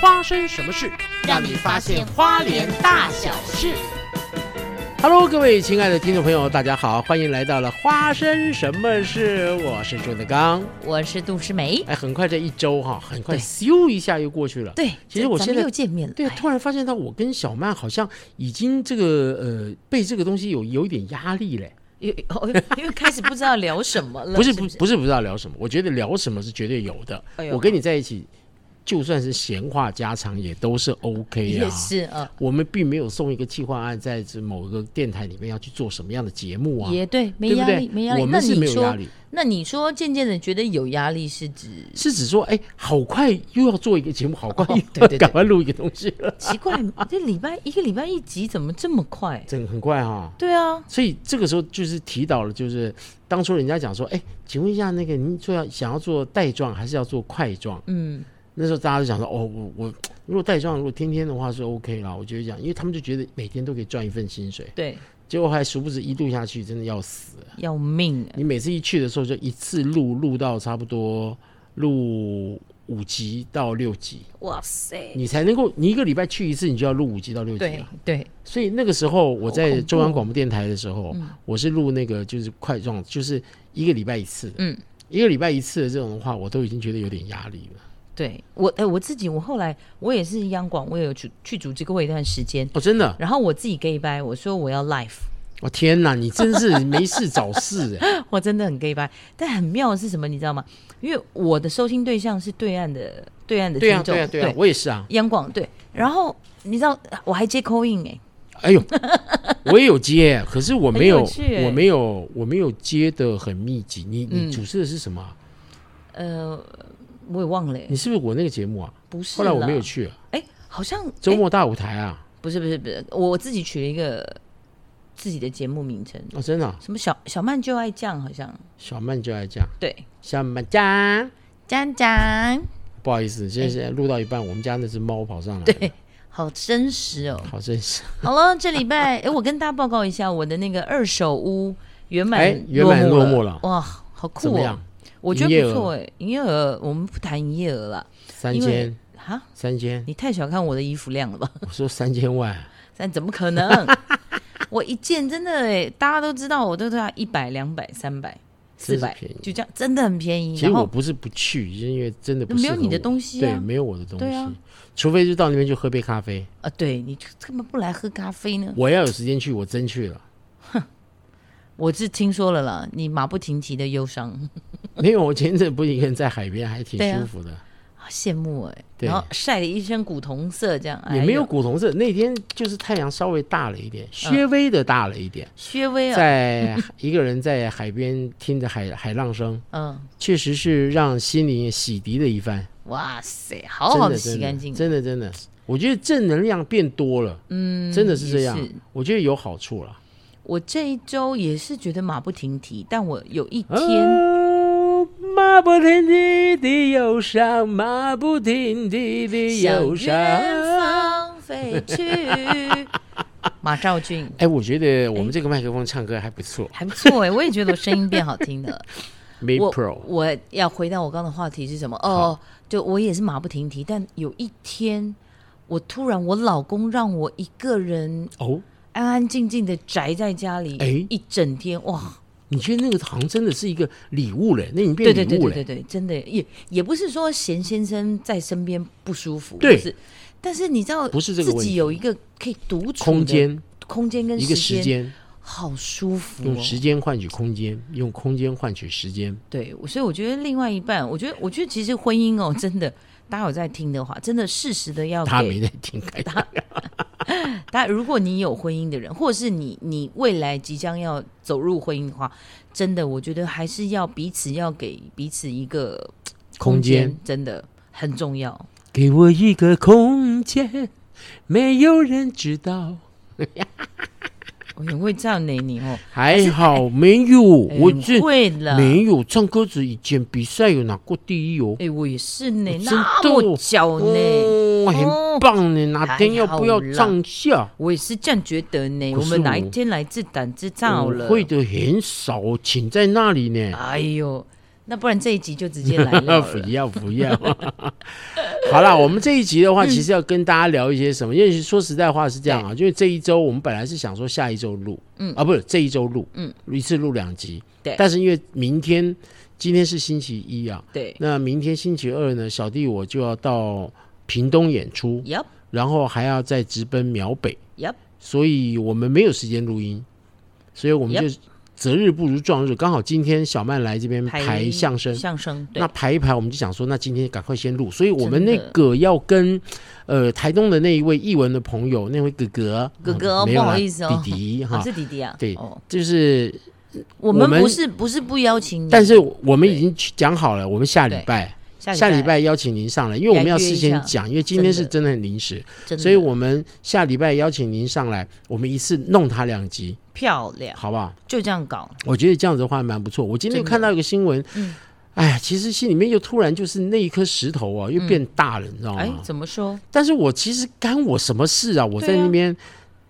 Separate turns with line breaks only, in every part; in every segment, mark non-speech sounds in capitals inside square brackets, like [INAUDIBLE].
发生什么事？
让你发现花莲大小事。
Hello，各位亲爱的听众朋友，大家好，欢迎来到了《花生什么事》，我是朱德刚。
我是杜诗梅。
哎，很快这一周哈，很快
对
咻一下又过去了。
对，
其实我
咱
现
咱
在
们又见面了。
对啊
哎，
突然发现到我跟小曼好像已经这个呃被这个东西有有一点压力嘞。
又哦 [LAUGHS] 又又开始不知道聊什么了。
不是
不
不不是不知道聊什么，我觉得聊什么是绝对有的。
哎呦
我跟你在一起，就算是闲话家常也都是 OK 啊
也。是啊，
我们并没有送一个企划案在这某个电台里面要去做什么样的节目啊，
也对，没
对不
压
对
力，没压力。
我
那
们是
你
没有压
说，
力，
那你说，渐渐的觉得有压力是指
是指说，哎，好快又要做一个节目，好快
[LAUGHS] 哦
又要
对对对
赶快录一个东西了， [LAUGHS]
奇怪，这礼拜一个礼拜一集怎么这么快？
真的很快哈、
对啊，
所以这个时候就是提到了，就是当初人家讲说，哎，请问一下，那个您做要想要做带状还是要做块状？
嗯，
那时候大家就想说，哦，我我如果带状，如果天天的话是 OK 啦，我觉得这样，因为他们就觉得每天都可以赚一份薪水，
对，
结果还殊不知一度下去真的要死了。
要命啊！
你每次一去的时候就一次录录到差不多录五集到六集，
哇塞，
你才能够你一个礼拜去一次，你就要录五集到六集、
对
啊。
对，
所以那个时候我
好
在
恐怖
中央
哦
广播电台的时候，我是录那个就是块状，就是一个礼拜一次的，
嗯，
一个礼拜一次的这种的话，我都已经觉得有点压力了。
对我哎、我自己我后来我也是央广，我也有去去组织过一段时间，
哦，真的，
然后我自己 gay 掰，我说我要 life，
我、天哪，你真是没事找事哎、
我真的很 gay 掰。但很妙的是什么，你知道吗？因为我的收听对象是对岸的对岸
[LAUGHS]
的
对
听
啊，
众，
对啊，对啊，我也是啊。
央广对。然后你知道我还接 call in 哎、
哎呦，我也有
[LAUGHS]
接，可是我没有，
很有趣哎
我没有，我没有接的很密集。你你
嗯
主持的是什么啊、
呃，我也忘了、哎
你是不是我那个节目啊？
不是
后
啦。
来我没有去啊、
哎、好像
周
哎
末大舞台啊。
不是不是不是，我自己取了一个自己的节目名称，
哦，真的啊、
什么小小曼就爱酱，好像
小曼就爱这样，
对，
小曼家。
酱酱，
不好意
哎
思，现在录到一半，我们家那只猫跑上来了，
好真实哦。
好真是。
好了，这礼拜哎，我跟大家报告一下，我的那个二手屋圆满
哎圆满
落
落幕了
哇，好
怎
酷
么
哦
样！？
我觉
营业
得
额
不错哎，营业额我们不谈营业额了
三
因为
千，
哈，
三千，
你太小看我的衣服量了吧？
我
[LAUGHS]
说三千万，
但怎么可能？
[LAUGHS]
我一件真的哎，大家都知道，我都对它一百、两百、三百、四
真是
百
便宜，
就这样，真的很便宜。
其实
然
我
后
不是不去，是因为真的不
没有
适合
你的
我
东西
对，
啊
没有我的东
对
西
啊，
除非就到那边去喝杯咖啡。
啊，对你干嘛不来喝咖啡呢？
我要有时间去，我真去了。
我是听说了啦，你马不停蹄的忧伤， [LAUGHS]
没有，我前阵不是一个人在海边，还挺
对啊
舒服的，
啊羡慕哎、
对
然后晒得一身古铜色，这样
也
哎
没
呦嗯
有古铜色。那天就是太阳稍微大了一点，略微的大了一点，
薛薇啊，
在一个人在海边听着海 [LAUGHS] 海浪声，
嗯，
确实是让心灵洗涤了一番。
哇塞，好
真
好的
的
哦洗干净，
真的真的，我觉得正能量变多了，
嗯
真的是这样
也是，
我觉得有好处了。
我这一周也是觉得马不停蹄，但我有一天，
哦，马不停蹄的忧伤，马不停蹄的忧
向远
伤。
方飞
[LAUGHS]
去。马兆俊
哎，我觉得我们这个麦克风唱歌还不错
还不错哎，我也觉得我声音变好听
[LAUGHS]
的了。
，Made
我
Pro。
我要回到我刚刚的话题是什么？哦，就我也是马不停蹄，但有一天，我突然我老公让我一个人
哦，
安安静静的宅在家里，
哎
一整天哇！
你觉得那个好像真的是一个礼物嘞？那你变
对对
礼
对
物
对
嘞
对？对，真的也也不是说嫌先生在身边不舒服，
对
就是，但是你知道
不是这个问
自
题
己有一个可以独处的
空间，
空间跟
一个时
间，
间，
好舒服
用
哦。
时间换取空间，用空间换取时间。
对，我所以我觉得另外一半，我觉得我觉得其实婚姻哦， [LAUGHS] 真的，大家有在听的话，真的适时的要
他
给
没在听，开他
大家，如果你有婚姻的人，或者是你你未来即将要走入婚姻的话，真的，我觉得还是要彼此要给彼此一个
空间。
真的很重要。
给我一个空间，没有人知道。
我很哎会这样呢，你哦，
还哎好没有，我
很
这
会了，
没有唱歌子以前比赛有拿过第一哦，
哎、我也是呢，
真的
那么久呢，
哦，很棒呢，哪天要不要唱一下？
我也是这样觉得呢。
可
我
是
们哪
我
一天来自胆自造
我
了？
会的很少，请在那里呢。啊
哎呦，那不然这一集就直接来
[LAUGHS]
了好
不
了。
要不
[LAUGHS]
要。好啦，我们这一集的话，
嗯
其实要跟大家聊一些什么？因为说实在话是这样啊，因为这一周我们本来是想说下一周录，
嗯
啊，不是这一周录，
嗯，
一次录两集，
对
但是因为明天，今天是星期一啊，
对
那明天星期二呢，小弟我就要到屏东演出，
，Yup
然后还要再直奔苗北，
Yup，
所以我们没有时间录音，所以我们就择日不如撞日，刚好今天小曼来这边排相声。
相声，对
那，排一排，我们就想说，那今天赶快先录，所以我们
真的
那个要跟，呃，台东的那一位译文的朋友，那位哥哥，
哥哥
嗯没有啦
不好意思哦
弟弟
啊
哈，
是弟弟啊，
对
哦，
就是，
我
我
们
们
不是不是不邀请你，
但是我们已经讲好了，我们下礼拜
下
下礼
礼拜
拜邀请您上来，因为我们要事
来
先
约一下
讲，因为今天
真的
是真的很临时，
真的
所以我们下礼拜邀请您上来，我们一次弄他两集，
漂亮，
好不好？
就这样搞，
我觉得这样子的话蛮不错。我今天
真的
看到一个新闻
嗯，
哎呀，其实心里面又突然就是那一颗石头啊，又变大了，你知道
哎
吗，？
怎么说？
但是我其实干我什么事啊？我在
对啊
那边，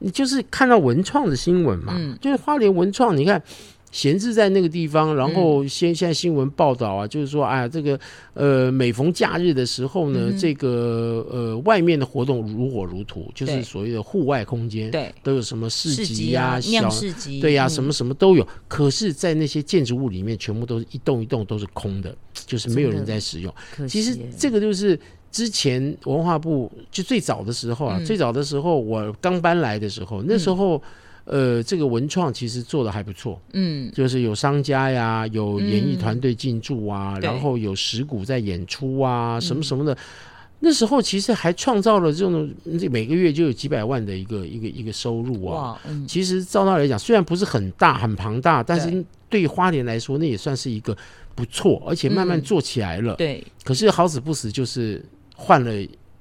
你就是看到文创的新闻嘛，
嗯
就是花莲文创，你看。闲置在那个地方，然后
嗯
现现在新闻报道啊，就是说，哎呀，这个呃，每逢假日的时候
嗯
呢，这个呃，外面的活动如火如荼，就是
对
所谓的户外空间，
对，
都有什么市
市
集
集
呀、
啊，
小
酿市集，
对呀、
嗯
什么什么都有。可是，在那些建筑物里面，全部都是一栋一栋都是空的，就是没有人
真的
在使用。
可
其实
惜耶
这个就是之前文化部就最早的时候啊，
嗯
最早的时候我刚搬来的时候，那时候、呃，这个文创其实做的还不错，
嗯，
就是有商家呀，有演艺
嗯
团队进驻啊，
对嗯
然后有石鼓在演出啊，什么什么的。那时候其实还创造了这种每个月就有几百万的一个一个一个收入啊，
哇，嗯，
其实照道理来讲，虽然不是很大很庞大，但是
对
对于花莲来说，那也算是一个不错，而且慢慢
嗯
做起来了。
对，
可是好死不死，就是换了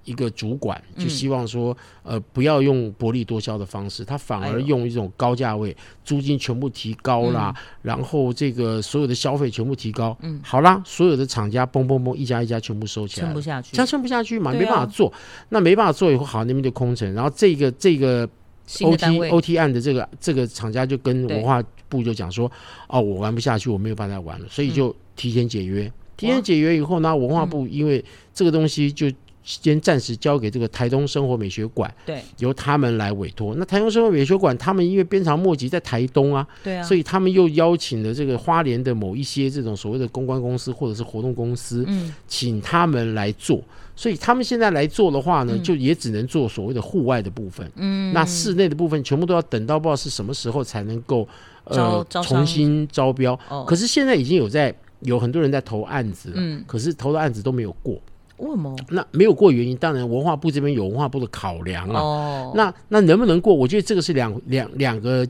一个主管，
嗯
就希望说，呃，不要用薄利多销的方式，他反
哎
而
呦
用一种高价位，租金全部提高啦，然后这个所有的消费全部提高。
嗯
好啦，所有的厂家嘣嘣嘣，一家一家全部收起来
撑
了
不。下去
这，样撑不下去嘛，
对啊
没办法做。那没办法做以后，好，那边就空城。然后这个这个
新
O
的单
T
位
O T 案的这个这个厂家就跟
对
文化部就讲说，哦，我玩不下去，我没有办法玩了，所
嗯
以就提前解约。提前解约以后呢，文化部因为这个东西就先暂时交给这个台东生活美学馆，
对
由他们来委托。那台东生活美学馆他们因为鞭长莫及在台东啊，
对啊，
所
以
以他们又邀请了这个花莲的某一些这种所谓的公关公司或者是活动公司，
嗯，
请他们来做。所以他们现在来做的话呢，
嗯
就也只能做所谓的户外的部分。
嗯，
那室内的部分全部都要等到不知道是什么时候才能够呃
招招商
重新招标。
哦，
可
是
是现在已经有在有很多人在投案子了，
嗯
可是投的案子都没有过。
为什么？
那没有过原因，当然文化部这边有文化部的考量啊。
哦，
那那能不能过？我觉得这个是两两两个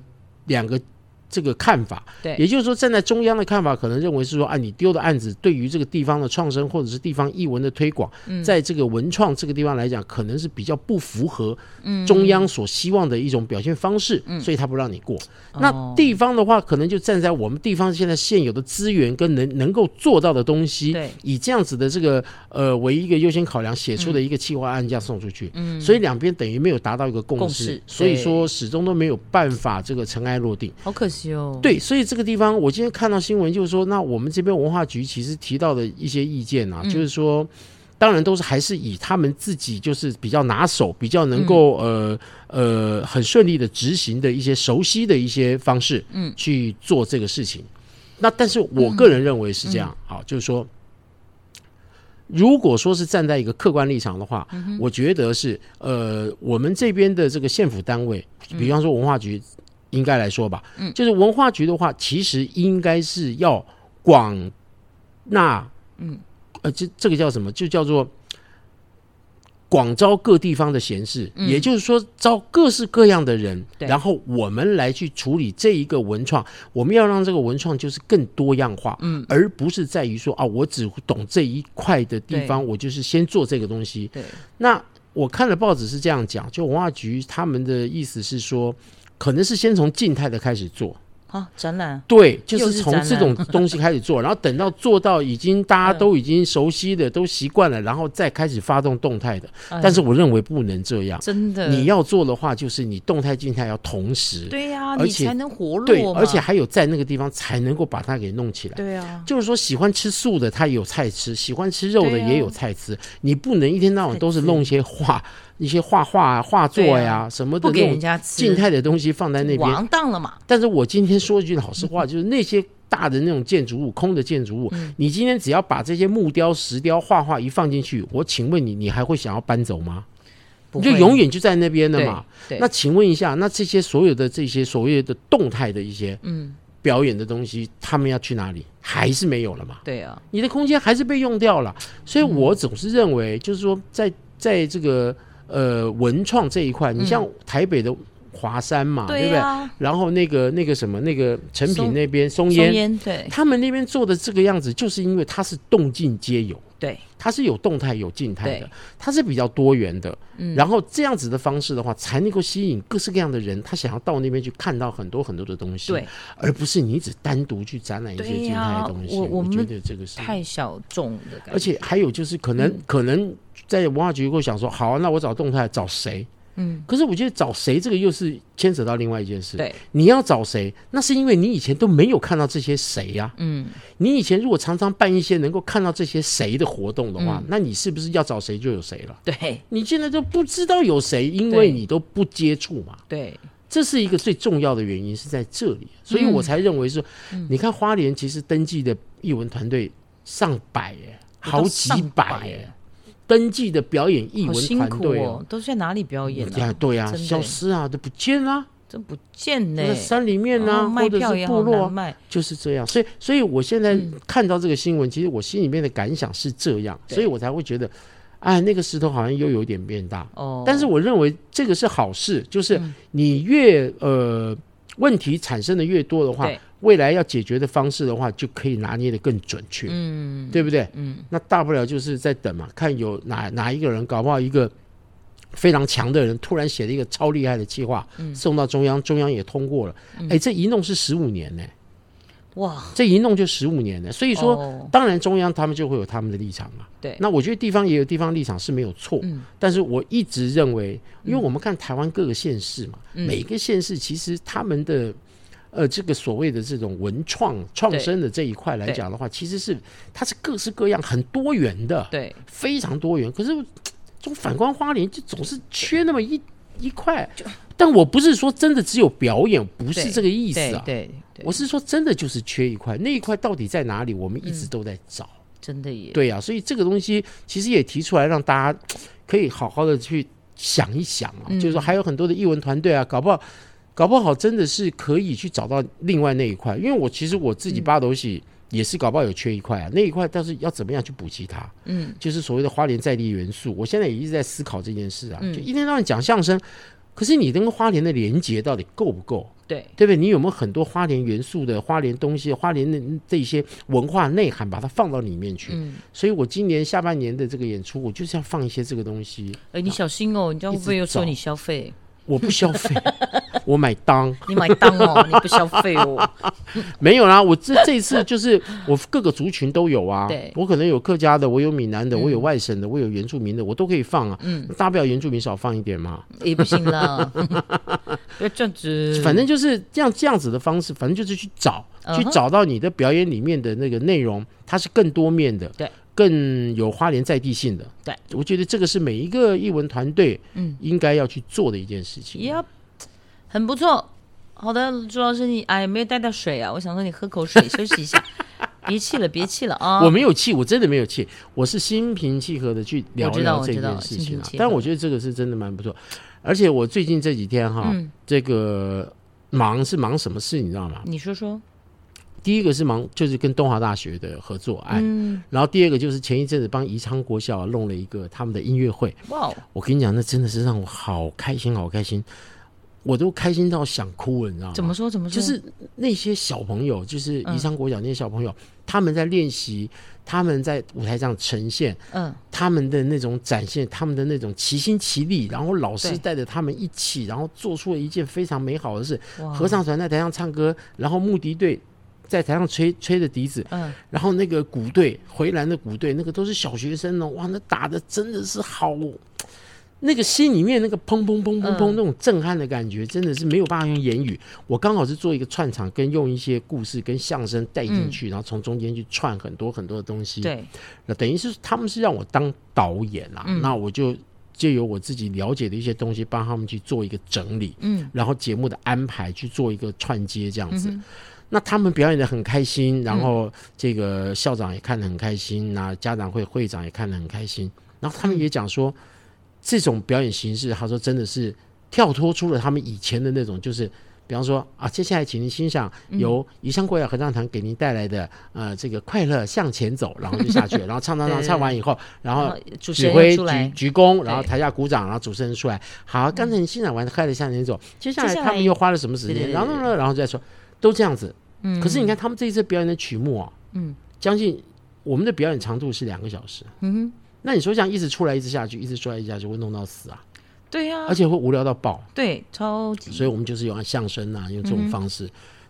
两个这个看法。也
对，
就是说，站在中央的看法，可能认为是说啊，你丢的案子对于这个地方的创生或者是地方艺文的推广，
嗯
在这个文创这个地方来讲，可能是比较不符合
嗯
中央所希望的一种表现方式，所以他不让你过。那
哦
地方的话，可能就站在我们地方现在现有的资源跟能能够做到的东西
对，
以这样子的这个呃为一个优先考量写出的一个企划案这样送出去，所以两边等于没有达到一个共
嗯共
识，
识
所以
对
说始终都没有办法这个尘埃落定。
好可惜哦，，
对，所以这个地方我今天看到新闻，就是说，那我们这边文化局其实提到的一些意见
嗯
啊，就是说。当然都是还是以他们自己就是比较拿手、比较
嗯
能够、呃呃很顺利的执行的一些熟悉的一些方式，
嗯，
去做这个事情。那但是我个人认为是
嗯
这样，好，就是说，如果说是站在一个客观立场的话，
嗯
我觉得是呃，我们这边的这个县府单位，
嗯
比方说文化局，应该来说吧，嗯，就是文化局的话，其实应该是要广纳，嗯，呃，这这个叫什么？就叫做。广招各地方的闲事，也就是说招各式各样的人，
对
然后我们来去处理这一个文创，我们要让这个文创就是更多样化，嗯，而不是在于说啊，我只懂这一块的地方，我就是先做这个东西。
对，
那我看了报纸是这样讲，就文化局他们的意思是说，可能是先从静态的开始做，
好啊展览，
对，就
又
是
是
从
展嗯
这
[LAUGHS]
种东西开始做，然后等到做到已经大家都已经熟悉的、都习惯了，然后再开始发动动态的。
哎
但是我认为不能这样，
真的
你要做的话，就是你动态静态要同时，
嗯对呀、
而
你
且
才能活
对，
络嘛，
而且还有在那个地方才能够把它给弄起来。
对啊，
就是说，喜欢吃素的他也有菜吃，喜欢吃肉的
对啊
也有菜吃。你不能一天到晚
菜
都是
吃
弄一些画、一些画画、啊、画作
对
呀、
啊
什么的
不
那
给人
种
家吃，
静态的东西放在那边，
王当了嘛，
但是我今天说一句老实
嗯
话，就是那些大的那种建筑物，空的建筑物，你今天只要把这些木雕、石雕、画画一放进去，我请问你，你还会想要搬走吗？
不
你就
会
永远就在那边了嘛。
对对
那请问一下，那这些所有的这些所谓的动态的一些嗯表演的东西，他们要去哪里？还是没有了嘛？
对啊，
你的空间还是被用掉了。所以我总是认为，就是说在，在这个呃文创这一块，你
嗯
像台北的华山嘛，对不对？
啊，
然后那个那个什么那个成品
松
那边松
松
烟，
烟对
他们那边做的这个样子，就是因为它是动静皆有，
对
它是有动态有静态的
对，嗯
它是比较多元的。然后这样子的方式的话，才能够吸引各式各样的人，他想要到那边去看到很多很多的东西，
对，
而不是你只单独去展览一些
对
静态
呀
的东西。
我我
觉
们
得这个是
太小众的感觉，嗯
而且还有就是，可能、可能在文化局会想说，好啊、那我找动态找谁？嗯，可是我觉得找谁这个又是牵扯到另外一件事。
对，
你要找谁？那是因为你以前都没有看到这些谁呀、
嗯，
你以前如果常常办一些能够看到这些谁的活动的
嗯
话，那你是不是要找谁就有谁了？
对
你现在都不知道有谁，因为你都不接触嘛。
对
这是一个最重要的原因是在这里，所以
嗯
我才认为说，你看花莲其实登记的艺文团队上百耶，
有
好
到
几
上
百
百
耶
耶，
登记的表演艺
好
文
辛
团
苦
队
哦，都在哪里表演
呀
啊？
对呀、
真的
消失啊，都不见啦、
真不见呢
那，山里面
然
啊，
后
或
哦卖
者
票
是
也
部
好
落
难
啊，
卖，
就是这样。所以，所以我现
嗯
在看到这个新闻，其实我心里面的感想是这样，
对
所以我才会觉得，哎，那个石头好像又有一点变大。
哦，嗯
但是我认为这个是好事，就是你越呃问题产生的越多的话
对，
未来要解决的方式的话，就可以拿捏的更准确，
嗯，
对不对？
嗯，
那大不了就是在等嘛，看有哪哪一个人，搞不好一个非常强的人突然写了一个超厉害的计划，
嗯
送到中央，中央也通过了，哎，这一弄是十五年呢、
哇，
这一弄就十五年了，所以说。
哦
当然，中央他们就会有他们的立场嘛。
对
那我觉得地方也有地方立场是没有错。
嗯，
但是我一直认为，因为我们看台湾各个县市嘛，
嗯
每个县市其实他们的呃这个所谓的这种文创创生的这一块来讲的话，其实是它是各式各样、很多元的，
对
非常多元。可是总反观花莲，就总是缺那么一一块。但我不是说真的只有表演，不是
对
这个意思
对
啊。
对对，
我是说，真的就是缺一块，那一块到底在哪里？我们一直都在找。
真的耶，
对呀、啊所以这个东西其实也提出来，让大家嗯可以好好的去想一想啊，
嗯
就是说还有很多的译文团队啊，搞不好。搞不好真的是可以去找到另外那一块，因为我其实我自己八斗喜也是搞不好有缺一块啊，那一块但是要怎么样去补齐它，
嗯，
就是所谓的花莲在地元素。我现在也一直在思考这件事啊，
嗯
就一天到晚讲相声，可是你跟花莲的连接到底够不够？
对
对不对？你有没有很多花莲元素的花莲东西、花莲的这些文化内涵，把它放到里面去？所以我今年下半年的这个演出，我就是要放一些这个东西。
哎，你小心哦，你知道会不会
一直
又
找
收你消费？
我不消费，我买单
你买单哦，你不消费哦，
没有啦。我这这一次就是我各个族群都有啊
对，
我可能有客家的，我有闽南的，我有外省的，我有原住民的，我都可以放啊。大不了原住民少放一点嘛，
也不行啦， [LAUGHS] 不要这样子。
反正就是这样这样子的方式，反正就是去找，
嗯
去
哼
找到你的表演里面的那个内容，它是更多面的，
对，
更有花莲在地性的。
对，
我觉得这个是每一个艺文团队
嗯
应该要去做的一件事情。
Yep，很不错。好的，朱老师，你哎没有带到水啊？我想说你喝口水休息
[LAUGHS]
一下，别气了，别气了啊！
我没有气，我真的没有气，我是心平气和的去聊
我知道
聊
我
这
知道
件事
心
情
平
啊
气。和
但我觉得这个是真的蛮不错，而且我最近这几天哈，
嗯
这个忙是忙什么事，你知道吗？
你说说，
第一个是忙就是跟东华大学的合作案，
嗯，
然后第二个就是前一阵子帮宜昌国小弄了一个他们的音乐会，
哇哦，
我跟你讲，那真的是让我好开心，好开心。我都开心到想哭了，你知道吗？
怎么说？怎么说？
就是那些小朋友，就是宜昌国小那些小朋友，他们在练习，他们在舞台上呈现，
嗯，
他们的那种展现，他们的那种齐心齐力，然后老师
对
带着他们一起，然后做出了一件非常美好的事。
哇
合，唱团在台上唱歌，然后牧笛队在台上吹吹着笛子，
嗯，
然后那个鼓队，回蓝的鼓队，那个都是小学生哦，哇，那打的真的是好，哦那个心里面那个砰砰砰砰砰、那
嗯
种震撼的感觉，真的是没有办法用言语。我刚好是做一个串场，跟用一些故事跟相声带进去，然后从中间去串很多很多的东西。，
嗯对，
那等于是他们是让我当导演啦、
嗯
那我就借由我自己了解的一些东西，帮他们去做一个整理。
嗯，
然后节目的安排去做一个串接这样子。那他们表演的很开心，
嗯
然后这个校长也看得很开心，那家长会会长也看得很开心，然后他
嗯
们也讲说，这种表演形式，他说真的是跳脱出了他们以前的那种，就是比方说啊，接下来请您欣赏
嗯
由宜昌国雅合唱团给您带来的呃这个快乐向前走，然后就下去了，然后唱唱唱
[LAUGHS] 对对
唱完以后，然后
主
指
持人
挥
要
鞠
出来，
鞠躬，然后
对嗯
台下鼓掌，然后主持人出来。好，刚才你欣赏完快乐向前走，接下来
接下来
他们又花了什么时
对对
间？
对
然后
对
呢，然后再说，都这样子。
嗯
可是你看他们这一次表演的曲目啊，
嗯，
将近我们的表演长度是两个小时。
嗯
那你说这样一直出来，一直下去，一直出来，一直下去，会弄到死啊，
哼，对呀
而，且会无聊到爆。
对，超级，
所以我们就是用相声啊，用这种方式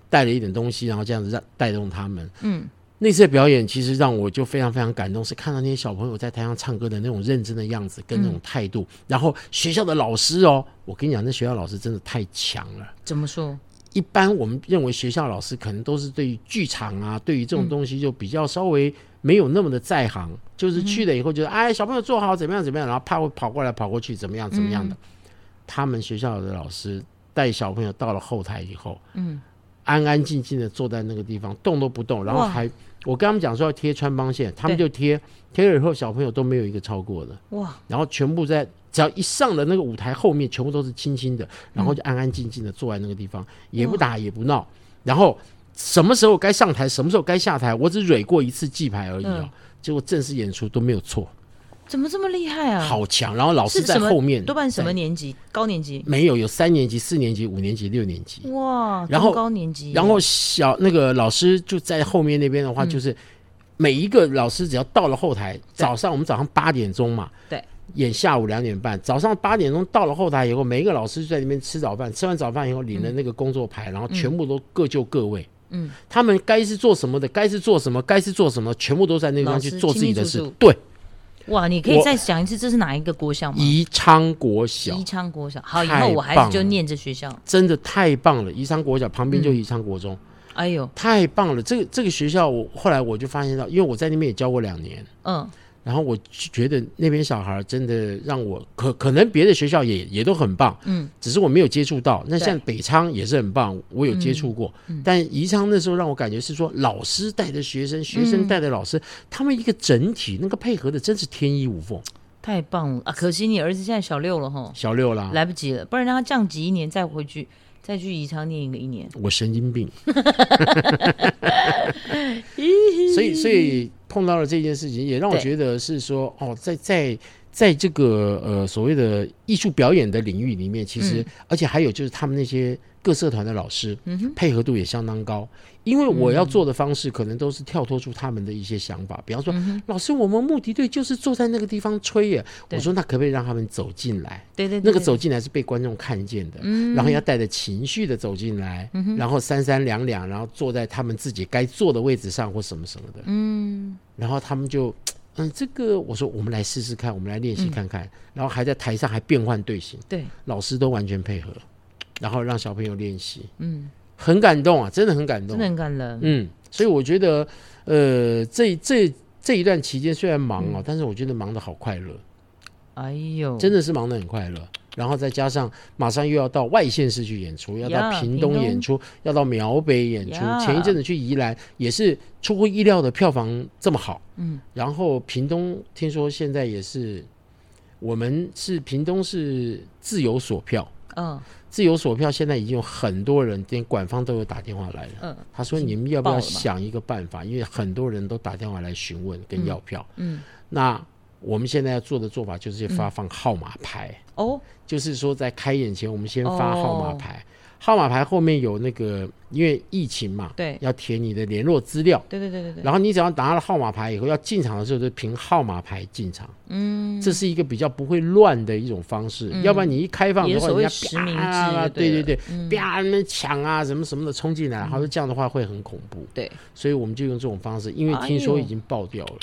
带了一点东西，然后这样子让带动他们。
嗯，
那次的表演其实让我就非常非常感动，是看到那些小朋友在台上唱歌的那种认真的样子跟那种态度，然后学校的老师哦，我跟你讲，那学校老师真的太强了。
怎么说？
一般我们认为学校老师可能都是对于剧场啊，对于这
嗯
种东西就比较稍微没有那么的在行，就是
嗯
去了以后就是哎小朋友坐好怎么样怎么样，然后怕会跑过来跑过去怎么样怎么
嗯
样的。他们学校的老师带小朋友到了后台以后，
嗯，
安安静静的坐在那个地方动都不动，然后
哇
还我跟他们讲说要贴穿帮线，他们
对
就贴，贴了以后小朋友都没有一个超过的。
哇，
然后全部在只要一上了那个舞台后面，全部都是清清
嗯
的，然后就安安静静的坐在那个地方，也不打也不闹，然后什么时候该上台，什么时候该下台，我只蕊过一次记牌而已哦。
嗯
结果正式演出都没有错，
怎么这么厉害啊？，
好强！然后老师
是
在
什么
后面，
多半什么年级？高年级？
没有？有三年级、四年级、五年级、六年
嗯
级，
哇，
然后
中高年级，
然后小那个老师就在后面那边的话，
嗯
就是每一个老师只要到了后台，早上我们早上八点钟嘛，
对，
演下午两点半，早上八点钟到了后台以后，每一个老师就在那边吃早饭，吃完早饭以后领了那个工作牌，然后全部都各就各位。
嗯，
他们该是做什么的，该是做什么，该是做什么，全部都在那个地方
老师
去做自己的
清
事
清楚楚。
对，
哇，你可以
我
再讲一次，这是哪一个国小吗？
宜昌国小
宜昌国小。好，以
太
后我还
棒
是就
了
念这学校。
真的太棒了，宜昌国小旁边
嗯
就宜昌国中，
哎呦，
太棒了。这个这个学校我，后来我就发现到，因为我在那边也教过两年，
嗯，
然后我就觉得那边小孩真的让我可可能别的学校也也都很棒，
嗯，
只是我没有接触到。那
对嗯
像北昌也是很棒，我有接触过，但宜昌那时候让我感觉是说，老师带着学生，学
嗯
生带着老师，他们一个整体那个配合的真是天衣无缝。
太棒了啊！可惜你儿子现在小六了吼，
小六啦，
来不及了，不然让他降级一年再回去，再去宜昌念一个一年。
我神经
[LAUGHS]
病，所以所以碰到了这件事情，也让我
对
觉得是说，哦，在在在这个呃所谓的艺术表演的领域里面，其实、而且还有就是他们那些各社团的老师、
嗯哼，
配合度也相当高，因为我要做的方式可能都是跳脱出他们的一些想法，比方
嗯
说，老师，我们目的队就是坐在那个地方吹耶，
对
我说那可不可以让他们走进来？
对对对，嗯
那个走进来是被观众看见的，然后要带着情绪的走进来，然后三三两两，然后坐在他们自己该坐的位置上或什么什么的，嗯，然后他们就，嗯，这个我说我们来试试看，我们来练习看看，然后还在台上还变换队形，
对，
老师都完全配合，然后让小朋友练习，
嗯，
很感动啊，真的很感动
真的，很感人。
嗯，所以我觉得，呃，这这这一段期间虽然忙
嗯
哦，但是我觉得忙得好快乐，
哎呦，
真的是忙得很快乐。然后再加上马上又要到外县市去演出，要到
呀
屏
屏
东
东
演出，要到苗北演出。
呀
前一阵子去宜兰也是出乎意料的票房这么好，
嗯，
然后屏东听说现在也是，我们是屏东是自由索票，
嗯，
自由索票现在已经有很多人，连管方都有打电话来了。
嗯
他说你们要不
爆
要
了吧
想一个办法，因为很多人都打电话来询问跟要票。
嗯，
那我们现在要做的做法就是发放号码牌，
哦，
就是说在开演前，我们先发号码牌，号码牌后面有那个，因为疫情嘛，
对
要填你的联络资料，
对对对对对，
然后你只要拿了号码牌以后，要进场的时候就凭号码牌进场。嗯，这是一个比较不会乱的一种方式。要不然你一开放的话，
嗯也是所谓
人
实
家
名制
啪，
就对嗯
对
了
对，啪那边抢啊什么什么的冲进来，然后这样的话会很恐怖。
对，
所以我们就用这种方式，因
哎
为
呦
听说已经爆掉了。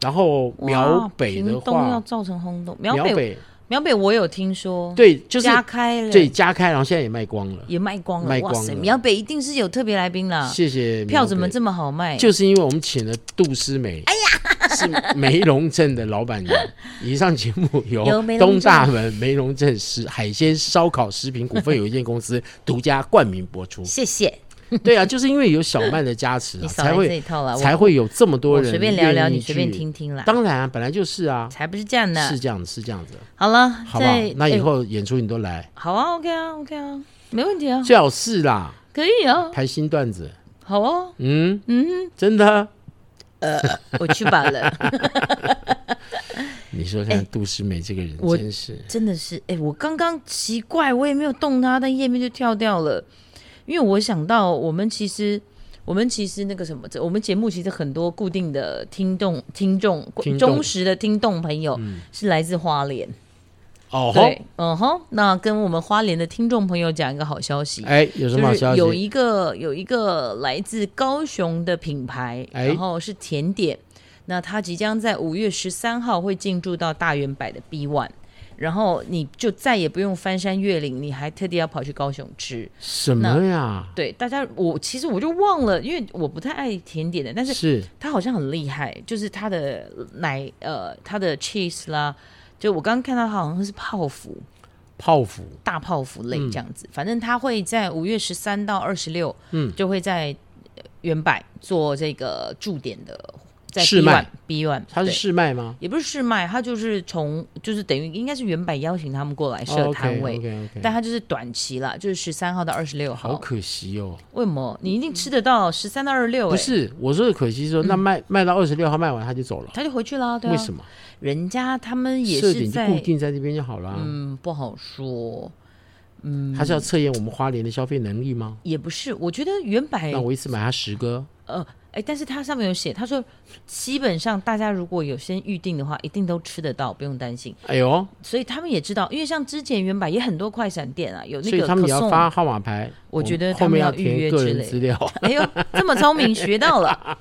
然后
哇
苗北
屏
的
东要
话，
造成轰动，苗
苗
北
北
苗北我有听说，，
对，就是
加开了，
对，加开，然后现在也卖光了。
也卖光了，
卖
哇
光
塞，
了
苗北一定是有特别来宾啦，
谢谢。
啊票怎么
这？
这么好卖？
就是因为我们请了杜诗梅，哎呀，是梅龙镇的老
[LAUGHS]
板娘。以上节目由
由梅龙
东
镇
大门梅龙镇食海鲜烧烤食品股份有限公司独家冠名播
[LAUGHS]
出。
谢谢
对啊，就是因为有小曼的加持、
你
啊，
少
才
来这
会
一套了，
才
我
会有这么多
我
人
随便聊聊，
愿意
你随便
去
听听啦，
当然啊，本来就是啊，
才不是这样的
是，这样子，是这样子，
好了，
好不好
再？
那以
哎
后演出你都来，
好啊，OK 啊，OK 啊，没问题啊，
最好是啦，
可以啊，
排新段子，
好啊，
嗯嗯，真
哎
的，
我去吧
[LAUGHS]
了。
你说看杜诗梅这个人
我
真是。
真的是，哎、我刚刚奇怪，我也没有动它，但页面就跳掉了，因为我想到我们其实。我们其实那个什么，我们节目其实很多固定的听众、听众、
听众嗯
忠实的听众朋友是来自花莲，
哦吼，
对，嗯哼。那跟我们花莲的听众朋友讲一个好消息，
哎，有什么好
就是
消息？
有一个有一个来自高雄的品牌，
哎
然后是甜点，那它即将在五月十三号会进驻到大圆百的 B One。然后你就再也不用翻山越岭，你还特地要跑去高雄吃。
什么呀？
对，大家我其实我就忘了，因为我不太爱甜点的，但是
是
它好像很厉害，就是它的奶呃，它的 cheese 啦，就我刚刚看到它好像是泡芙，
泡芙，
大泡芙类
嗯
这样子。反正他会在五月十三到二十六，嗯，就会在呃原柏做这个驻点的，在
试
B
卖
one B one，
它是试卖吗？
也不是试卖，他就是从就是等于应该是原柏邀请他们过来设
哦
摊位。
OK OK，
但他就是短期啦，就是十三号到二十六
好
号。
可惜哦。
为什么？你一定吃得到十三到二十六？哎
不，是，我说的可惜是说，那卖卖到二十六号卖完他就走了，
他就回去嗯啦。对啊，
为什么？
人家他们也
设
是
点就
在
固定在这边就好了。
嗯，不好说，嗯
他是要测验我们花莲的消费能力吗？
也不是。我觉得原柏
那我一次买他十个，
呃，哎，但是它上面有写，他说基本上大家如果有先预定的话，一定都吃得到，不用担心。
哎呦，
所以他们也知道，因为像之前原版也很多快闪店啊，有那
所以
个
他们也
croissant
要发。号码牌。
我觉得
们
他
后
们
面
要预
填
约之
个
类的
人资料，
[LAUGHS] 哎呦，这么聪明，学到了。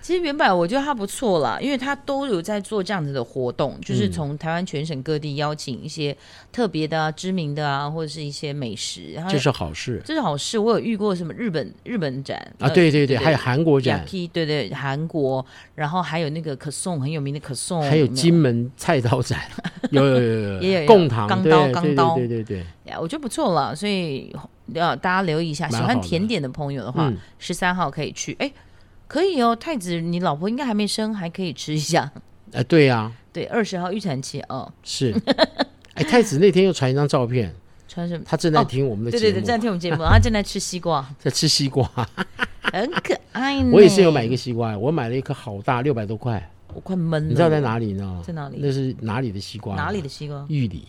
其实原版我觉得它不错啦，因为它都有在做这样子的活动，
嗯
就是从台湾全省各地邀请一些特别的啊、知名的啊，或者是一些美食。然后
这是好事
这是好事，我有遇过什么日本日本展
啊！
呃
对对对，还有韩国
雅
展，
P，对对，韩国，然后还有那个可颂很有名的可颂，
还有
哦没
金门菜刀
[LAUGHS]
展，有有有
也有有
贡堂，
钢
对
刀
对
钢
对
刀
对对对，
哎呀我觉得不错了，所以呃，大家留意一下，喜
蛮
欢
好的
甜点的朋友的话
嗯，
十三、号可以去，哎，可以哦，太子，你老婆应该还没生，还可以吃一下， [LAUGHS]
哎，对呀，
对，二十号预产期哦，
是，
[LAUGHS]
哎，太子那天又传一张照片，
穿什么？
他正在听我们的节
哦对
目，
对对，在听我
[LAUGHS]
们节目，然后他正在吃西瓜，
在吃西瓜。
很可爱呢。
我也是有买一个，西瓜，我买了一颗好大，六百多块。
我快闷了。
你知道在哪里呢？
嗯在哪里
那是哪里的西瓜？
哪里的？西瓜？
玉里，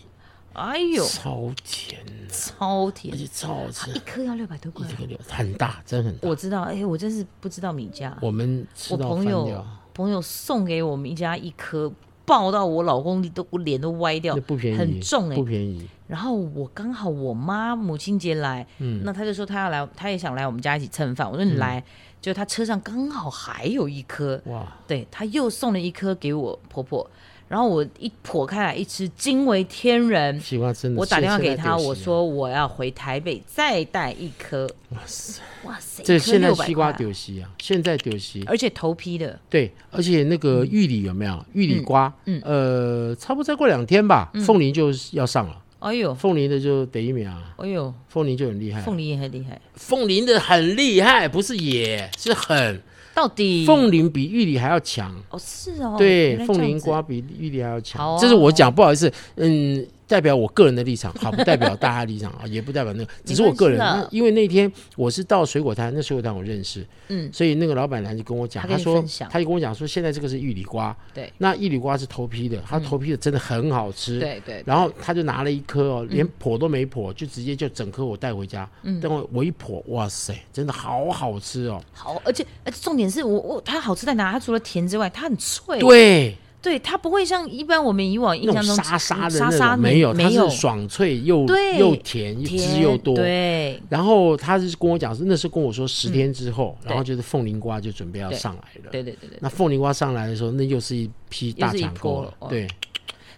哎呦，
超甜，
超
而
甜，哎
且超好吃
一，颗要六百多块
这。个六很大，真的很大。
我知道，哎，我真是不知道米价。
我们吃
我
到
朋
翻
友
掉，
朋友送给我们一家一颗，抱到我老公都我脸都歪掉
那，不便宜，
很重哎、
不便宜。
然后我刚好我妈母亲节来，
嗯
那她就说她要来，她也想来我们家一起蹭饭。我说你来，就她车上刚好还有一颗，
哇，
对，她又送了一颗给我婆婆。然后我一剖开来一吃，惊为天人。
西瓜真的。
我打电话给
现在丢
她，
弃
我
了，
说我要回台北再带一颗。
哇塞，
哇塞，
这
一颗
现在
600
西瓜
块啊，
丢西啊，现在丢西。
而且头批的，
对，而且那个玉里有没有玉里瓜？嗯，呃，差不多再过两天吧，凤梨就要上了。
哎呦，
凤梨的就得一秒啊，
哎呦，
凤梨就很厉害。
凤梨也很厉害。
凤梨的很厉害，不是也是很。
到底
凤梨比玉梨还要强，
哦是哦，
对
原，来这
凤
样
梨
子
瓜比玉梨还要强。
好啊
这是我讲，不好意思，嗯，代表我个人的立场，好不代表大家立
[LAUGHS]
场啊，也不代表那个，只是我个人。
没关系
那
啦
因为那天我是到水果摊，那水果摊我认识，
嗯，
所以那个老板娘就跟我讲，
他
他
跟你
说
分享，
他就跟我讲说，现在这个是玉里瓜，
对
那玉里瓜是头批的，它头批的真的很好吃。
嗯对嗯对，
然后他就拿了一颗哦，连剖都没剖，就直接就整颗我带回家。嗯，但我我一剖，哇塞，真的好好吃哦。
好，而且而且重点是我我它好吃在哪？它除了甜之外，它很脆，
对，
对，它不会像一般我们以往印
那
象
种
中嗯
沙沙的
沙
那
沙
种没有，它
没有
是爽脆又
对
又甜，汁
甜
又多。
对，
然后他是跟我讲，是那时候跟我说十天之后，然后就是凤梨瓜就准备要
对
上来了。
嗯对对对对。
那凤梨瓜上来的时候，那又是一批大
又是一
抢购
波
了
了。哦
对，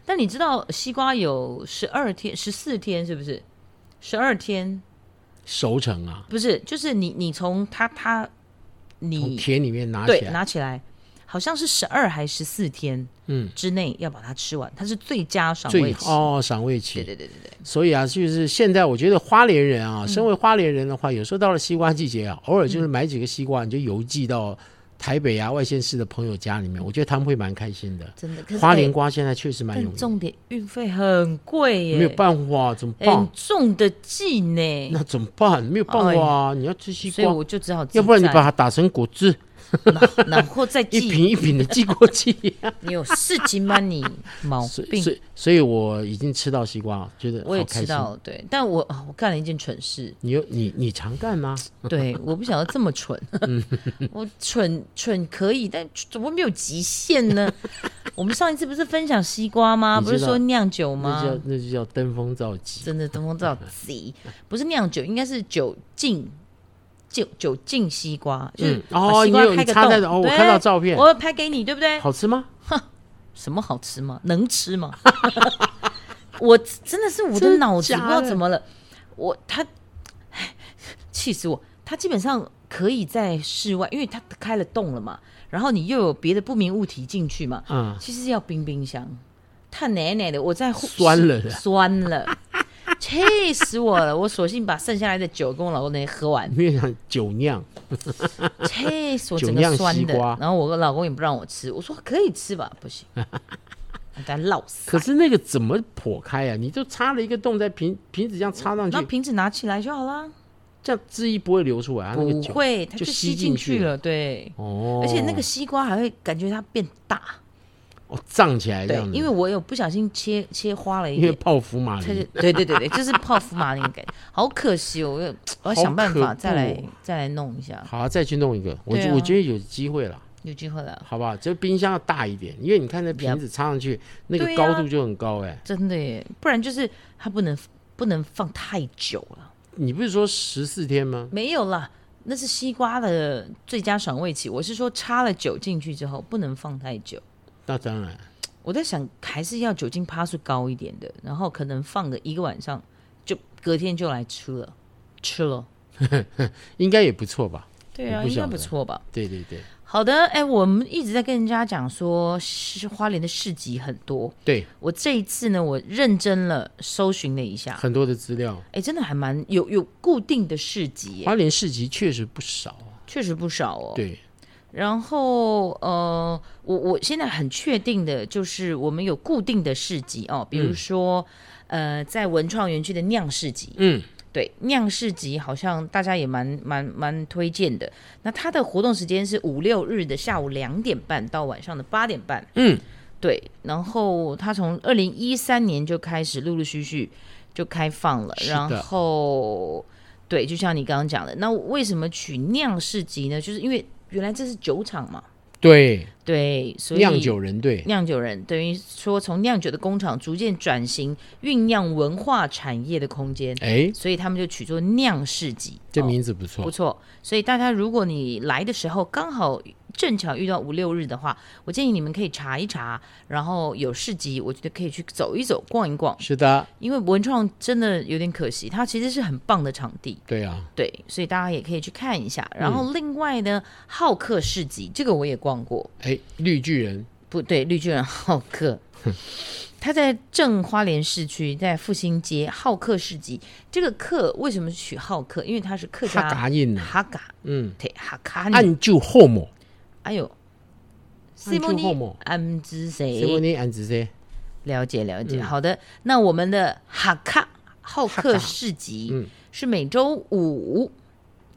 但你知道西瓜有十二天、十四天是不是？十二天
熟成啊，
不是，就是你你从它它
从
你
田里面拿
嗯对
起来，
拿起来，好像是十二还十四天
嗯，
之内要把它吃完，它是最佳赏
最
味期。
哦赏味
对
期。
对对对嗯对，
所以啊，就是现在我觉得花莲人啊，身为花莲人的话，有时候到了西瓜季节啊，偶尔就是
嗯
买几个西瓜，你就邮寄到台北啊外县市的朋友家里面，我觉得他们会蛮开心的。
真的。可是
花
哎
莲瓜现在确实蛮有
但
名，
重点运费很贵耶，
没有办法，怎么
哎
办
很？重的计呢，
那怎么办？没有办法啊！你要吃西
哎所以
瓜，
我就只好自
要不然你
在
把它打成果汁，
然后再
[LAUGHS] 一
寄， [LAUGHS]
瓶一瓶的寄过去。
你有事情吗你？毛
[LAUGHS] 所以，
病
所。以，所以我已经吃到西瓜，觉得
我也
好开
吃
心。
到了，对，但我啊我干了一件蠢事，
你有你你常干吗？ [LAUGHS]
对，我不想要这么蠢，我蠢蠢可以，但怎么没有极限
[LAUGHS]
呢？我们上一次不是分享西瓜吗？
你
不
知道
是说酿酒吗
那？就叫那就叫登峰造极。
真的东风造贼，不是酿酒，应该是酒浸酒酒浸西瓜，就是
嗯
把
哦，你
西瓜
有
开
你
个
插
洞。
在哦，我
对
看到照片，
我有拍给你，对不对？
好吃吗？
什么好吃吗？能吃吗？ [LAUGHS] 我真的是我的脑子
真
不
假
知
的
道怎么了，我他气死我！他基本上可以在室外，因为他开了洞了嘛，然后你又有别的不明物体进去嘛，
啊，
其实要冰冰箱，他奶奶的，我在户
酸了的
[LAUGHS] 酸了，气死我了！我索性把剩下来的酒跟我老公那喝完，
因为想酒酿，
气死我，
酒
整
酿
个酸
西
的
瓜。
然后我老公也不让我吃，我说可以吃吧，
[LAUGHS]
不行，他老死。
可是那个怎么破开啊？你就插了一个洞在瓶瓶子这样插上
那
去，
瓶子拿起来就好啦，
这样汁液不会流出来啊？那个
不
酒
会，它
就吸
吸
进
进
去
去了，对。
哦，
而且那个西瓜还会感觉它变大，
哦胀起来这
对
样，子，
因为我有不小心切切花了一
因为
点，
泡芙马
它就
铃，
对对对对，就是泡芙玛那种感觉，好可惜哦，我要我要想办
好可怖
法
哦
再来再来弄一下，
好啊，再去弄一个，我
对
觉
啊
我觉得有机会了。
有机会了，
好不好？这冰箱要大一点，因为你看那瓶子插上去，那个
对
高
啊
度就很高哎、
真的耶，不然就是它不能不能放太久了，
你不是说十四天吗？
没有啦。那是西瓜的最佳赏味期。我是说，插了酒进去之后不能放太久。
那当然，
我在想，还是要酒精趴数高一点的，然后可能放个一个晚上，就隔天就来吃了，吃了。
应该也不错吧？
对
我
啊，
不
应该
晓
不
得
错吧？
对对对
好的，哎，我们一直在跟人家讲说，是花莲的市集很多。
对，
我这一次呢，我认真了搜寻了一下，
很多的资料，
哎，真的还蛮有有固定的市集耶，
花莲市集确实不少啊。
确实不少哦。
对，
然后呃，我我现在很确定的就是我们有固定的市集哦，比如说、呃，在文创园区的酿市集，
嗯，
对，酿市集好像大家也蛮蛮蛮推荐的。那它的活动时间是五六日的下午两点半到晚上的八点半，
嗯，
对。然后它从二零一三年就开始陆陆续续就开放了，
是的
然后对，就像你刚刚讲的，那为什么取酿市集呢？就是因为原来这是酒厂嘛，
对，
对，所以
酿酒人队，
酿酒人等于说从酿酒的工厂逐渐转型酝酿文化产业的空间，
哎，
所以他们就取作酿市集，
这
哦
名字不错，
不错。所以大家如果你来的时候刚好正巧遇到五六日的话，我建议你们可以查一查，然后有市集，我觉得可以去走一走、逛一逛，
是的，
因为文创真的有点可惜，它其实是很棒的场地。
对啊，
对，所以大家也可以去看一下。然后另外呢，好客市集这个我也逛过，
哎，绿巨人，
不对，绿巨人好客， [LAUGHS] 他在正花莲市区，在复兴街好客市集。这个客为什么取好客？因为他是客
哈
家
嘎印呢，
哈嘎，
嗯，
对哈卡尼，
按住后母，
哎呦，
按住后母
安之
谁问
谁？
你按住谁？
了解了
嗯
解，好的。那我们的哈卡好客市集
嗯
是每周五，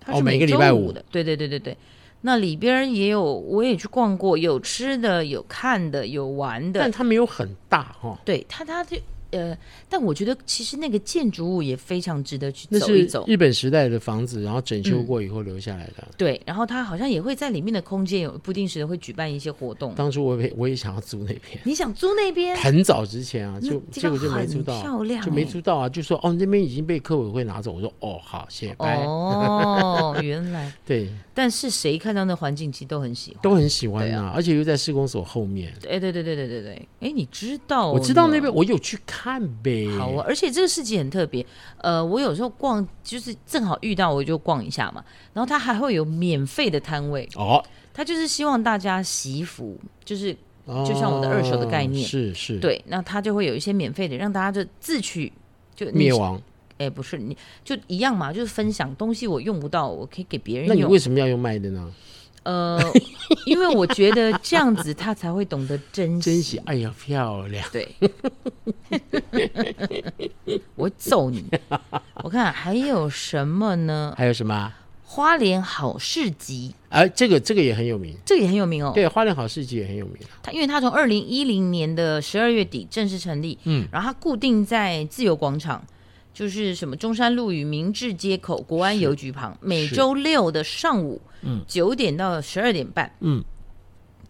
它是
哦每个礼
周
拜
五
五
的，对对对对对。那里边儿也有，我也去逛过，有吃的，有看的，有玩的
但。它没有很大哈、哦，
对它，它就呃，但我觉得其实那个建筑物也非常值得去
那
走
是
一走。嗯
日本时代的房子，然后整修过以后留下来的。
对，然后它好像也会在里面的空间有不定时的会举办一些活动。
当初我也我也想要租那边，
你想租那边？
很早之前啊，就
这
结
个
果就没
很
租到，
漂亮
就没
欸
租到啊，就说哦那边已经被客委会拿走，我说哦好，谢谢拜。 [LAUGHS]
哦， [LAUGHS] 原来，
对，
但是谁看到那环境其实都很喜欢。
都很喜欢
对
啊，而且又在施工所后面，
哎，对对对对对对，哎，你知道？
我知道那边。我有去看呗。
好啊，而且这个市集很特别，呃，我有时候逛就是正好遇到，我就逛一下嘛。然后它还会有免费的摊位，
哦，
它就是希望大家惜福，就是
哦，
就像我的二手的概念
是是，，
对，那它就会有一些免费的，让大家就自取，就你
灭。亡。
哎，不是，你就一样嘛，就是分享东西，我用不到，我可以给别
那
人
你
用
为。什么要用卖的呢？
呃，因为我觉得这样子他才会懂得珍惜。
珍惜，哎呀，漂亮，
[LAUGHS] 对，我揍你！我看还有什么呢？
还有什么啊？
花莲好市集，
哎，这个这个也很有名，
这个也很有名哦。
对，花莲好市集也很有名。
它因为它从二零一零年的十二月底正式成立，嗯，然后它固定在自由广场，就是什么中山路与明治街口国安邮局旁，每周六的上午，嗯，九点到十二点半，
嗯，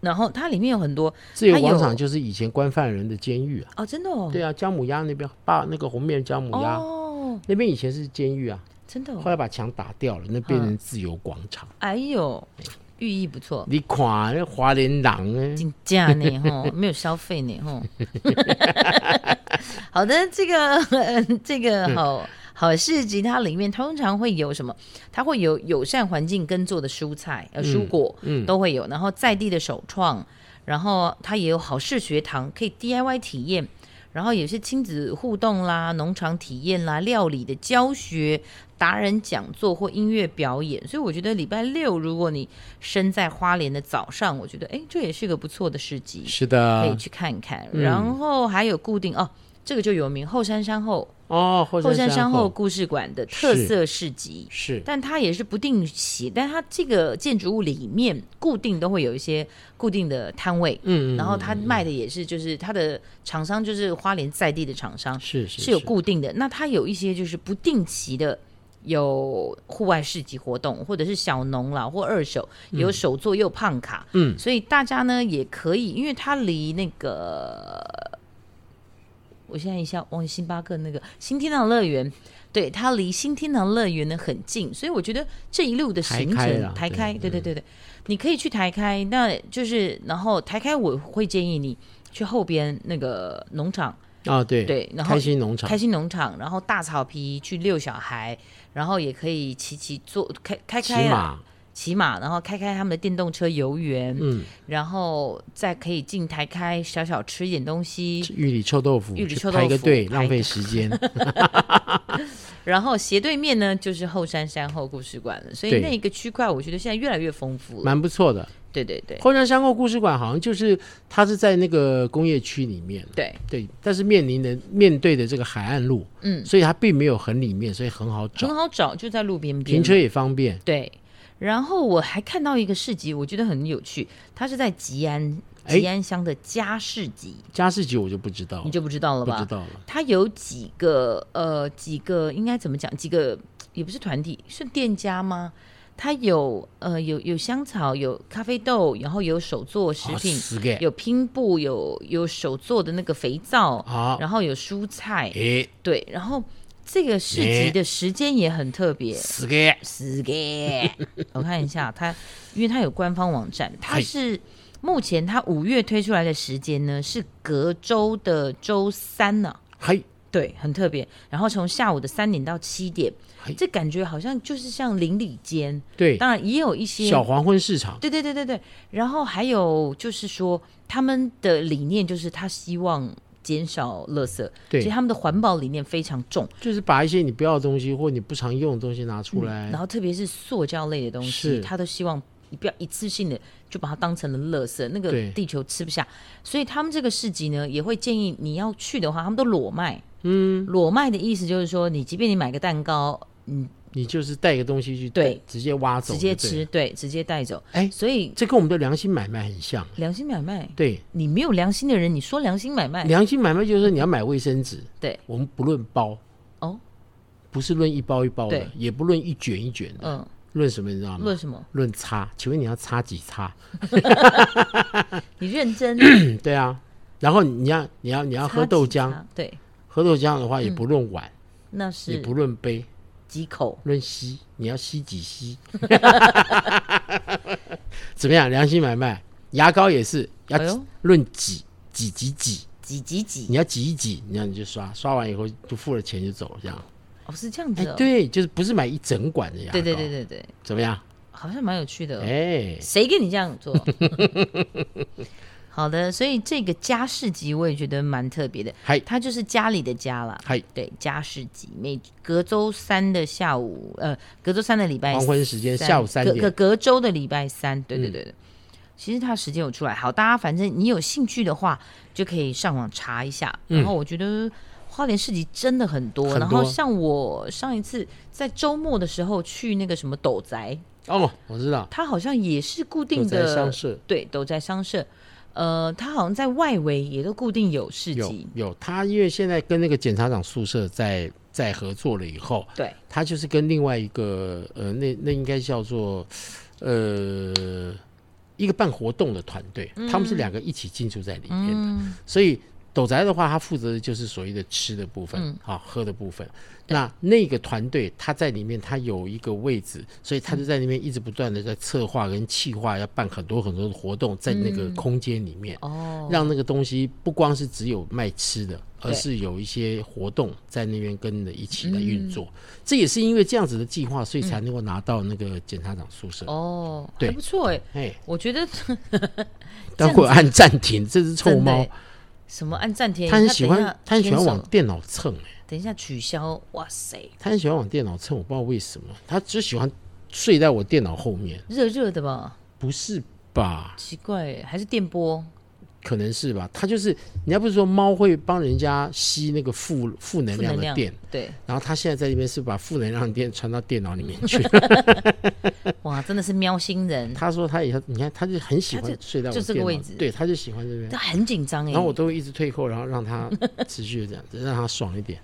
然后它里面有很多
自由
它有
广场就是以前关犯人的监狱啊。
哦，真的哦，
对啊，姜母鸭那边把那个红面姜母鸭、
哦，
那边以前是监狱啊，
真的、哦
后，来把墙打掉了，那变
嗯
成自由广场。
哎呦，寓意不错，
你看那华联狼呢？
竞价
[LAUGHS]
呢吼，没有消费呢吼。 [LAUGHS] 好的，这个、 [LAUGHS] 呃这个
嗯
好好市集，它里面通常会有什么？它会有友善环境耕作的蔬菜、呃蔬果，
嗯
都会有，然后在地的首创，然后它也有好事学堂，可以 DIY 体验。然后有些亲子互动啦、农场体验啦、料理的教学、达人讲座或音乐表演，所以我觉得礼拜六如果你身在花莲的早上，我觉得哎，这也是个不错的市集。
是
可以
的，
去看看。然后还有固定哦，这个就有名后山山后
哦，后
后山
山
山后
后
故事馆的特色市集，
是
但它也是不定期，但它这个建筑物里面固定都会有一些固定的摊位。
嗯，嗯
然后它卖的也是，就是它的厂商就是花莲在地的厂商
是是
是有固定的。那它有一些就是不定期的有户外市集活动，或者是小农啦或二手，有手作又胖卡，
嗯
所以大家呢也可以，因为它离那个。我现在一下忘记星巴克那个新天堂乐园，对，它离新天堂乐园呢很近，所以我觉得这一路的行
台开
程
啦
台开，对
对
对对对，你可以去台开，那就是然后台开我会建议你去后边那个农场，
啊，对
对然后
开心农场
开心农场，然后大草皮去遛小孩，然后也可以骑骑坐开开
骑
开啊
马，
骑马，然后开开他们的电动车游园，
嗯，
然后再可以进台开小小吃一点东西，
玉里臭豆腐，
玉里
去
臭
排
豆
个
腐
队，
排
浪费
个
时间。
[LAUGHS] 然后斜对面呢就是后山山后故事馆了，所以
对
那一个区块我觉得现在越来越丰富了。
蛮不错的。
对对对
后山山后故事馆好像就是它是在那个工业区里面，
对，
对，但是面临的面对的这个海岸路，
嗯，
所以它并没有很里面，所以很好找
很，好找，就在路边边
停车也方便。
对。然后我还看到一个市集，我觉得很有趣，它是在吉安
哎
吉安乡的嘉市集，
加士集我就不知道了，
你就不知道了
不
吧
知？道了。
它有几个呃几个应该怎么讲？几个也不是团体，是店家吗？它有呃有有香草，有咖啡豆，然后有手做食
好
品，
死给
有拼布，有有手做的那个肥皂，
好，
然后有蔬菜，
啊诶，
对，然后这个市集
诶
的时间也很特别。
死给
死
[LAUGHS]
给我看一下它，因为它有官方网站，它
嗨
是目前它五月推出来的时间呢是隔周的周三呢、
嘿，
对，很特别。然后从下午的三点到七点
嘿，
这感觉好像就是像邻里间，
对，
当然也有一些
小黄昏市场，
对对对对对。然后还有就是说，他们的理念就是他希望减少垃圾，
对
其实他们的环保理念非常重。
就是把一些
嗯
你不要的东西或你不常用的东西拿出来
然，后特别是塑胶类的东西，
哎是
他都希望你不要一次性的就把它当成了垃圾，那个
对
地球吃不下。所以他们这个市集呢，也会建议你要去的话，他们都裸卖。嗯，裸卖的意思就是说，你即便你买个蛋糕，嗯，
你就是带一个东西去，
对，
直接挖走，
直接
对
吃，
了。
对，直接带走。
哎
所以
这跟我们的良心买卖很像，
良心买卖，
对，
你没有良心的人，你说良心买卖，
良心买卖就是说你要买卫生纸，
对，
我们不论包，
哦，
不是论一包一包的
对，
也不论一卷一卷的，
嗯，
论什么你知道吗？
论什么？
论擦，请问你要擦几擦？
你认真
嗯， [CLEARS THROAT] 对啊。然后你要你要你要喝豆
擦几
浆，
擦，对，
喝豆浆的话也不论碗，
那
也
是
不论杯，
几口。
论吸，你要吸几吸？ [LAUGHS] 怎么样？良心买卖，牙膏也是要
哎呦
论挤挤挤挤，
几几
你
几？
要挤一挤，你要你就刷，刷完以后就付了钱就走，这样。
哦，是这样
哎
子、哦。，
对，就是不是买一整管的牙膏？
对对对，对对，
怎么样？
好像蛮有趣的哦、
哎，
谁跟你这样做？ [LAUGHS] 好的，所以这个家市集我也觉得蛮特别的，
嗨
它就是家里的家啦。
嗨，
对，家市集每隔周三的下午，呃，隔周三的礼拜
黄昏时间
三
下午三
隔隔
点，嗯
隔周的礼拜三，对对对对。其实它时间有出来，好，大家反正你有兴趣的话，就可以上网查一下。然后我觉得花莲市集真的很多，
嗯很多
然后像我上一次在周末的时候去那个什么斗宅，
哦，我知道，
它好像也是固定
有在
的
商社。
对，斗宅商社，呃，它好像在外围也都固定有市
有
集，
有，他因为现在跟那个检察长宿舍在在合作了以后，
对，
他就是跟另外一个呃，那那应该叫做呃一个办活动的团队，他们是两个一起进驻在里面的，所以。斗宅的话，他负责的就是所谓的吃的部分，啊，喝的部分。那那个团队他在里面，他有一个位置，所以他就在那边一直不断的在策划跟企划，要办很多很多的活动，在那个空间里面。
哦，
让那个东西不光是只有卖吃的，而
对
是有一些活动在那边跟着一起来运
嗯
作。这也是因为这样子的计划，所以才能够拿到那个检察长宿舍。
哦，还
对
不错哎，
哎，
我觉
[LAUGHS]
得
待会儿按暂停，这只臭
真的
猫
欸，什么按暂停，
它很喜
等一下
欢，它很喜欢
填
往
什么
电脑蹭、哎，
等一下取消，哇塞，
它很喜欢往电脑蹭，我不知道为什么，它只喜欢睡在我电脑后面，
热热的吧，
不是吧？
奇怪欸，还是电波
可能是吧，它就是，人家不是说猫会帮人家吸那个负负能
负
量
能
的
量
电，，
对，
然后它现在在那边是把负能量的电传到电脑里面去，
哇，真的是喵星
[LAUGHS]
人，
他说他也，你看他就很喜欢睡在我
就这个
电脑
位置
对，他就喜欢这边
他。很紧张哎
然，后我都会一直退后，然后让他持续的这样子，让他爽一点。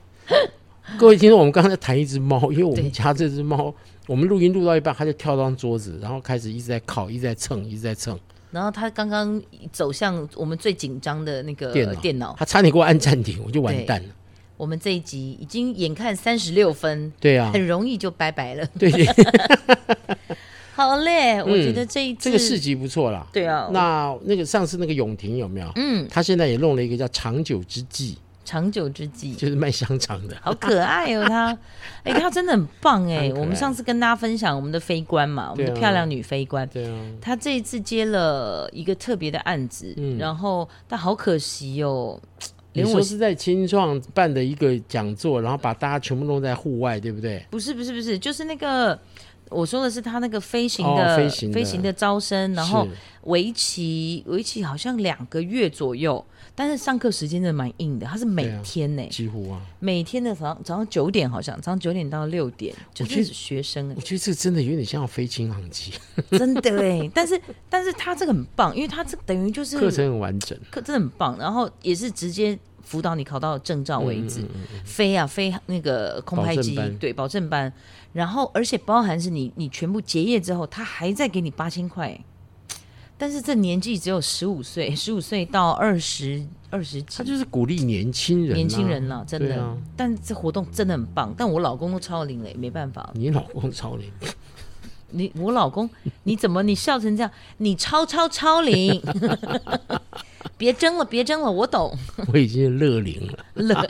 [LAUGHS] 各位听众，我们刚才谈一只猫，因为我
对
们家这只
[LAUGHS]
猫，我们录音录到一半，它就跳到桌子，然后开始一直在靠，一直在蹭，一直在蹭
然后他刚刚走向我们最紧张的那个
电脑。
电脑，
它差点给我按暂停，我就完蛋了。
我们这一集已经眼看三十六分，
对啊，
很容易就拜拜了。
[LAUGHS] 对对，
好嘞，我觉得这一次
嗯这个市集不错啦。
对啊，
那那个上次那个永婷有没有？
嗯，
他现在也弄了一个叫长久之计，
长久之计。
就是卖香肠的。
好可爱哦，
[LAUGHS]
它，哎、它真的很棒哎、
很可爱
我们上次跟大家分享我们的飞官嘛，我们的
对啊
漂亮女飞官，
对啊，
她这一次接了一个特别的案子，
嗯
然后但好可惜哦，
你
连我
说是在青创办的一个讲座，然后把大家全部弄在户外，对不对？
不是不是不是，就是那个我说的是他那个飞行的、
哦飞行的
的招生，然后
是
为期为期好像两个月左右，但是上课时间真的蛮硬的，他是每
对啊
天呢、
几乎啊，
每天的早上早上九点好像，早上九点到六点，就
我觉
是
得
学生
我觉得这真的有点像飞行航机， [LAUGHS]
真的哎，但是但是他这个很棒，因为他这等于就是
课程很完整。
课真的很棒，然后也是直接辅导你考到证照为
嗯
止，飞啊飞那个空拍
保
机
证班，
对保证班，然后而且包含是你你全部结业之后，他还再给你八千块，欸但是这年纪只有十五岁，十五岁到二十二十
他
几。
就是鼓励年轻人、啊
年轻人，了，真
对
的，
啊
但这活动真的很棒。但我老公都超龄了，也没办法。
你老公超龄，
你我老公，你怎么你笑成这样？你超超超龄， [LAUGHS] 别争了， [LAUGHS] 别争了，我懂。
我已经乐龄了。
乐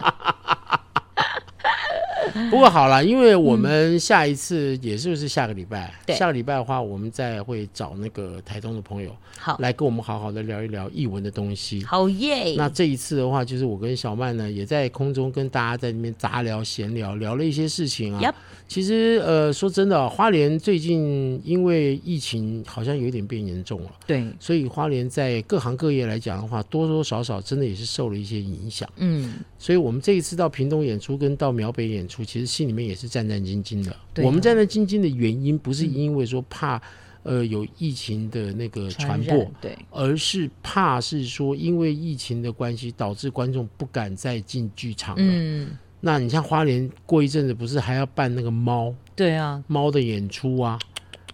不过好了，因为我们下一次也就是下个礼拜，
嗯对
下个礼拜的话，我们再会找那个台东的朋友
好，
来跟我们好好的聊一聊译文的东西。
好耶！
那这一次的话，就是我跟小曼呢，也在空中跟大家在那边杂聊、闲聊，聊了一些事情啊。
Yup
其实呃，说真的啊、花莲最近因为疫情好像有点变严重了，
对，
所以花莲在各行各业来讲的话，多多少少真的也是受了一些影响。
嗯，
所以我们这一次到屏东演出跟到苗北演出，其实心里面也是战战兢兢的。
对啊嗯
我们战战兢兢的原因，不是因为说怕呃有疫情的那个传播，
染对，
而是怕是说因为疫情的关系，导致观众不敢再进剧场了。
嗯，
那你像花莲过一阵子不是还要办那个猫
对啊，
猫的演出啊？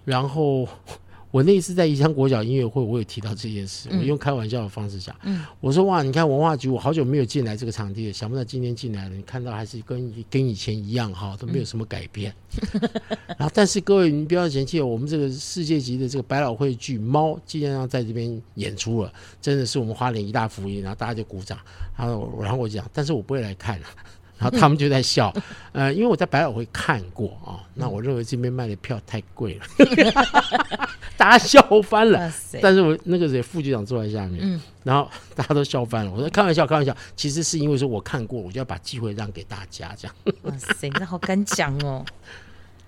然后 [LAUGHS] 我那一次在宜香国小音乐会，我有提到这件事，我用开玩笑的方式讲，我说哇，你看文化局，我好久没有进来这个场地了，想不到今天进来了，你看到还是跟以跟以前一样哈，都没有什么改变。 [LAUGHS] 然后，但是各位，你不要嫌弃我们这个世界级的这个百老汇剧《猫》，既然要在这边演出了，真的是我们花莲一大福音。然后大家就鼓掌，然后我然后我讲，但是我不会来看了。然后他们就在笑，呃，因为我在百老汇看过啊，那我认为这边卖的票太贵了， [LAUGHS] 大家笑翻了。
哇塞，
但是我那个谁副局长坐在下面，然后大家都笑翻了。我说开玩笑，开玩笑，其实是因为说我看过，我就要把机会让给大家这样。
哇塞，那好敢讲哦。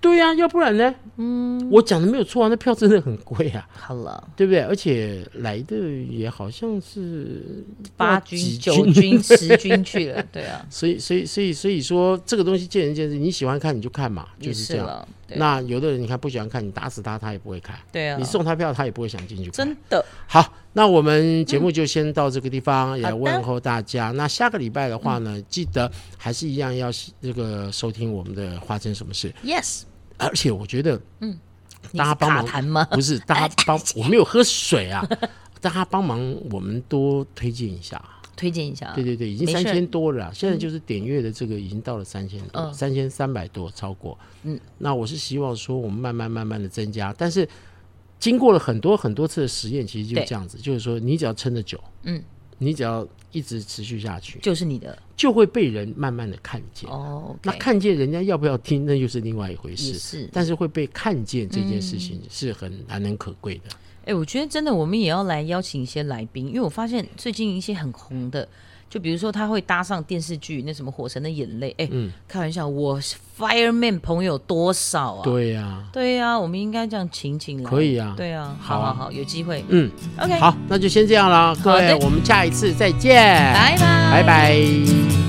对呀、要不然呢？嗯，我讲的没有错啊，那票真的很贵啊，
好了，
对不对？而且来的也好像是
八
不知道几
军、九军、十军去了，对啊，
所以所以所以所以说这个东西见仁见智，你喜欢看你就看嘛， [LAUGHS] 就
也
这
是
样。
了，对
那有的人你看不喜欢看，你打死他他也不会看，
对啊
你，送他票他也不会想进去看。
真的
好，那我们节目就先到这个地方，
嗯好
也
的嗯
问候大家。那下个礼拜的话呢，记得还是一样要这个收听我们的《花生什么事》，
，yes，
而且我觉得
嗯你
大家
是
帮
卡
忙
痰吗？
不是大家
[LAUGHS]
帮，我没有喝水啊，大家帮忙我们多推荐一下。
推荐一下啊
对，对对，已经
没
三
事
千多了啊，现在就是点阅的这个已经到了三千多，
嗯
三千三百多超过。
嗯，
那我是希望说我们慢慢慢慢的增加，但是经过了很多很多次的实验，其实就是
对
这样子，就是说你只要撑得久，
嗯，
你只要一直持续下去，
就是你的
就会被人慢慢的看见。
哦，
那看见人家要不要听，那又是另外一回
也
事。
是，嗯
但是会被看见这件事情是很难能可贵的。
哎、我觉得真的，我们也要来邀请一些来宾，因为我发现最近一些很红的，就比如说他会搭上电视剧那什么《火神的眼泪》哎、
嗯
开玩笑，我 fireman 朋友多少啊？
对呀、
对呀、我们应该这样请请来，
可以啊
对啊，
好
好
啊
好好，有机会
嗯，
，OK，，
好，那就先这样了，各位
好，的
我们下一次再见，
拜拜，
拜拜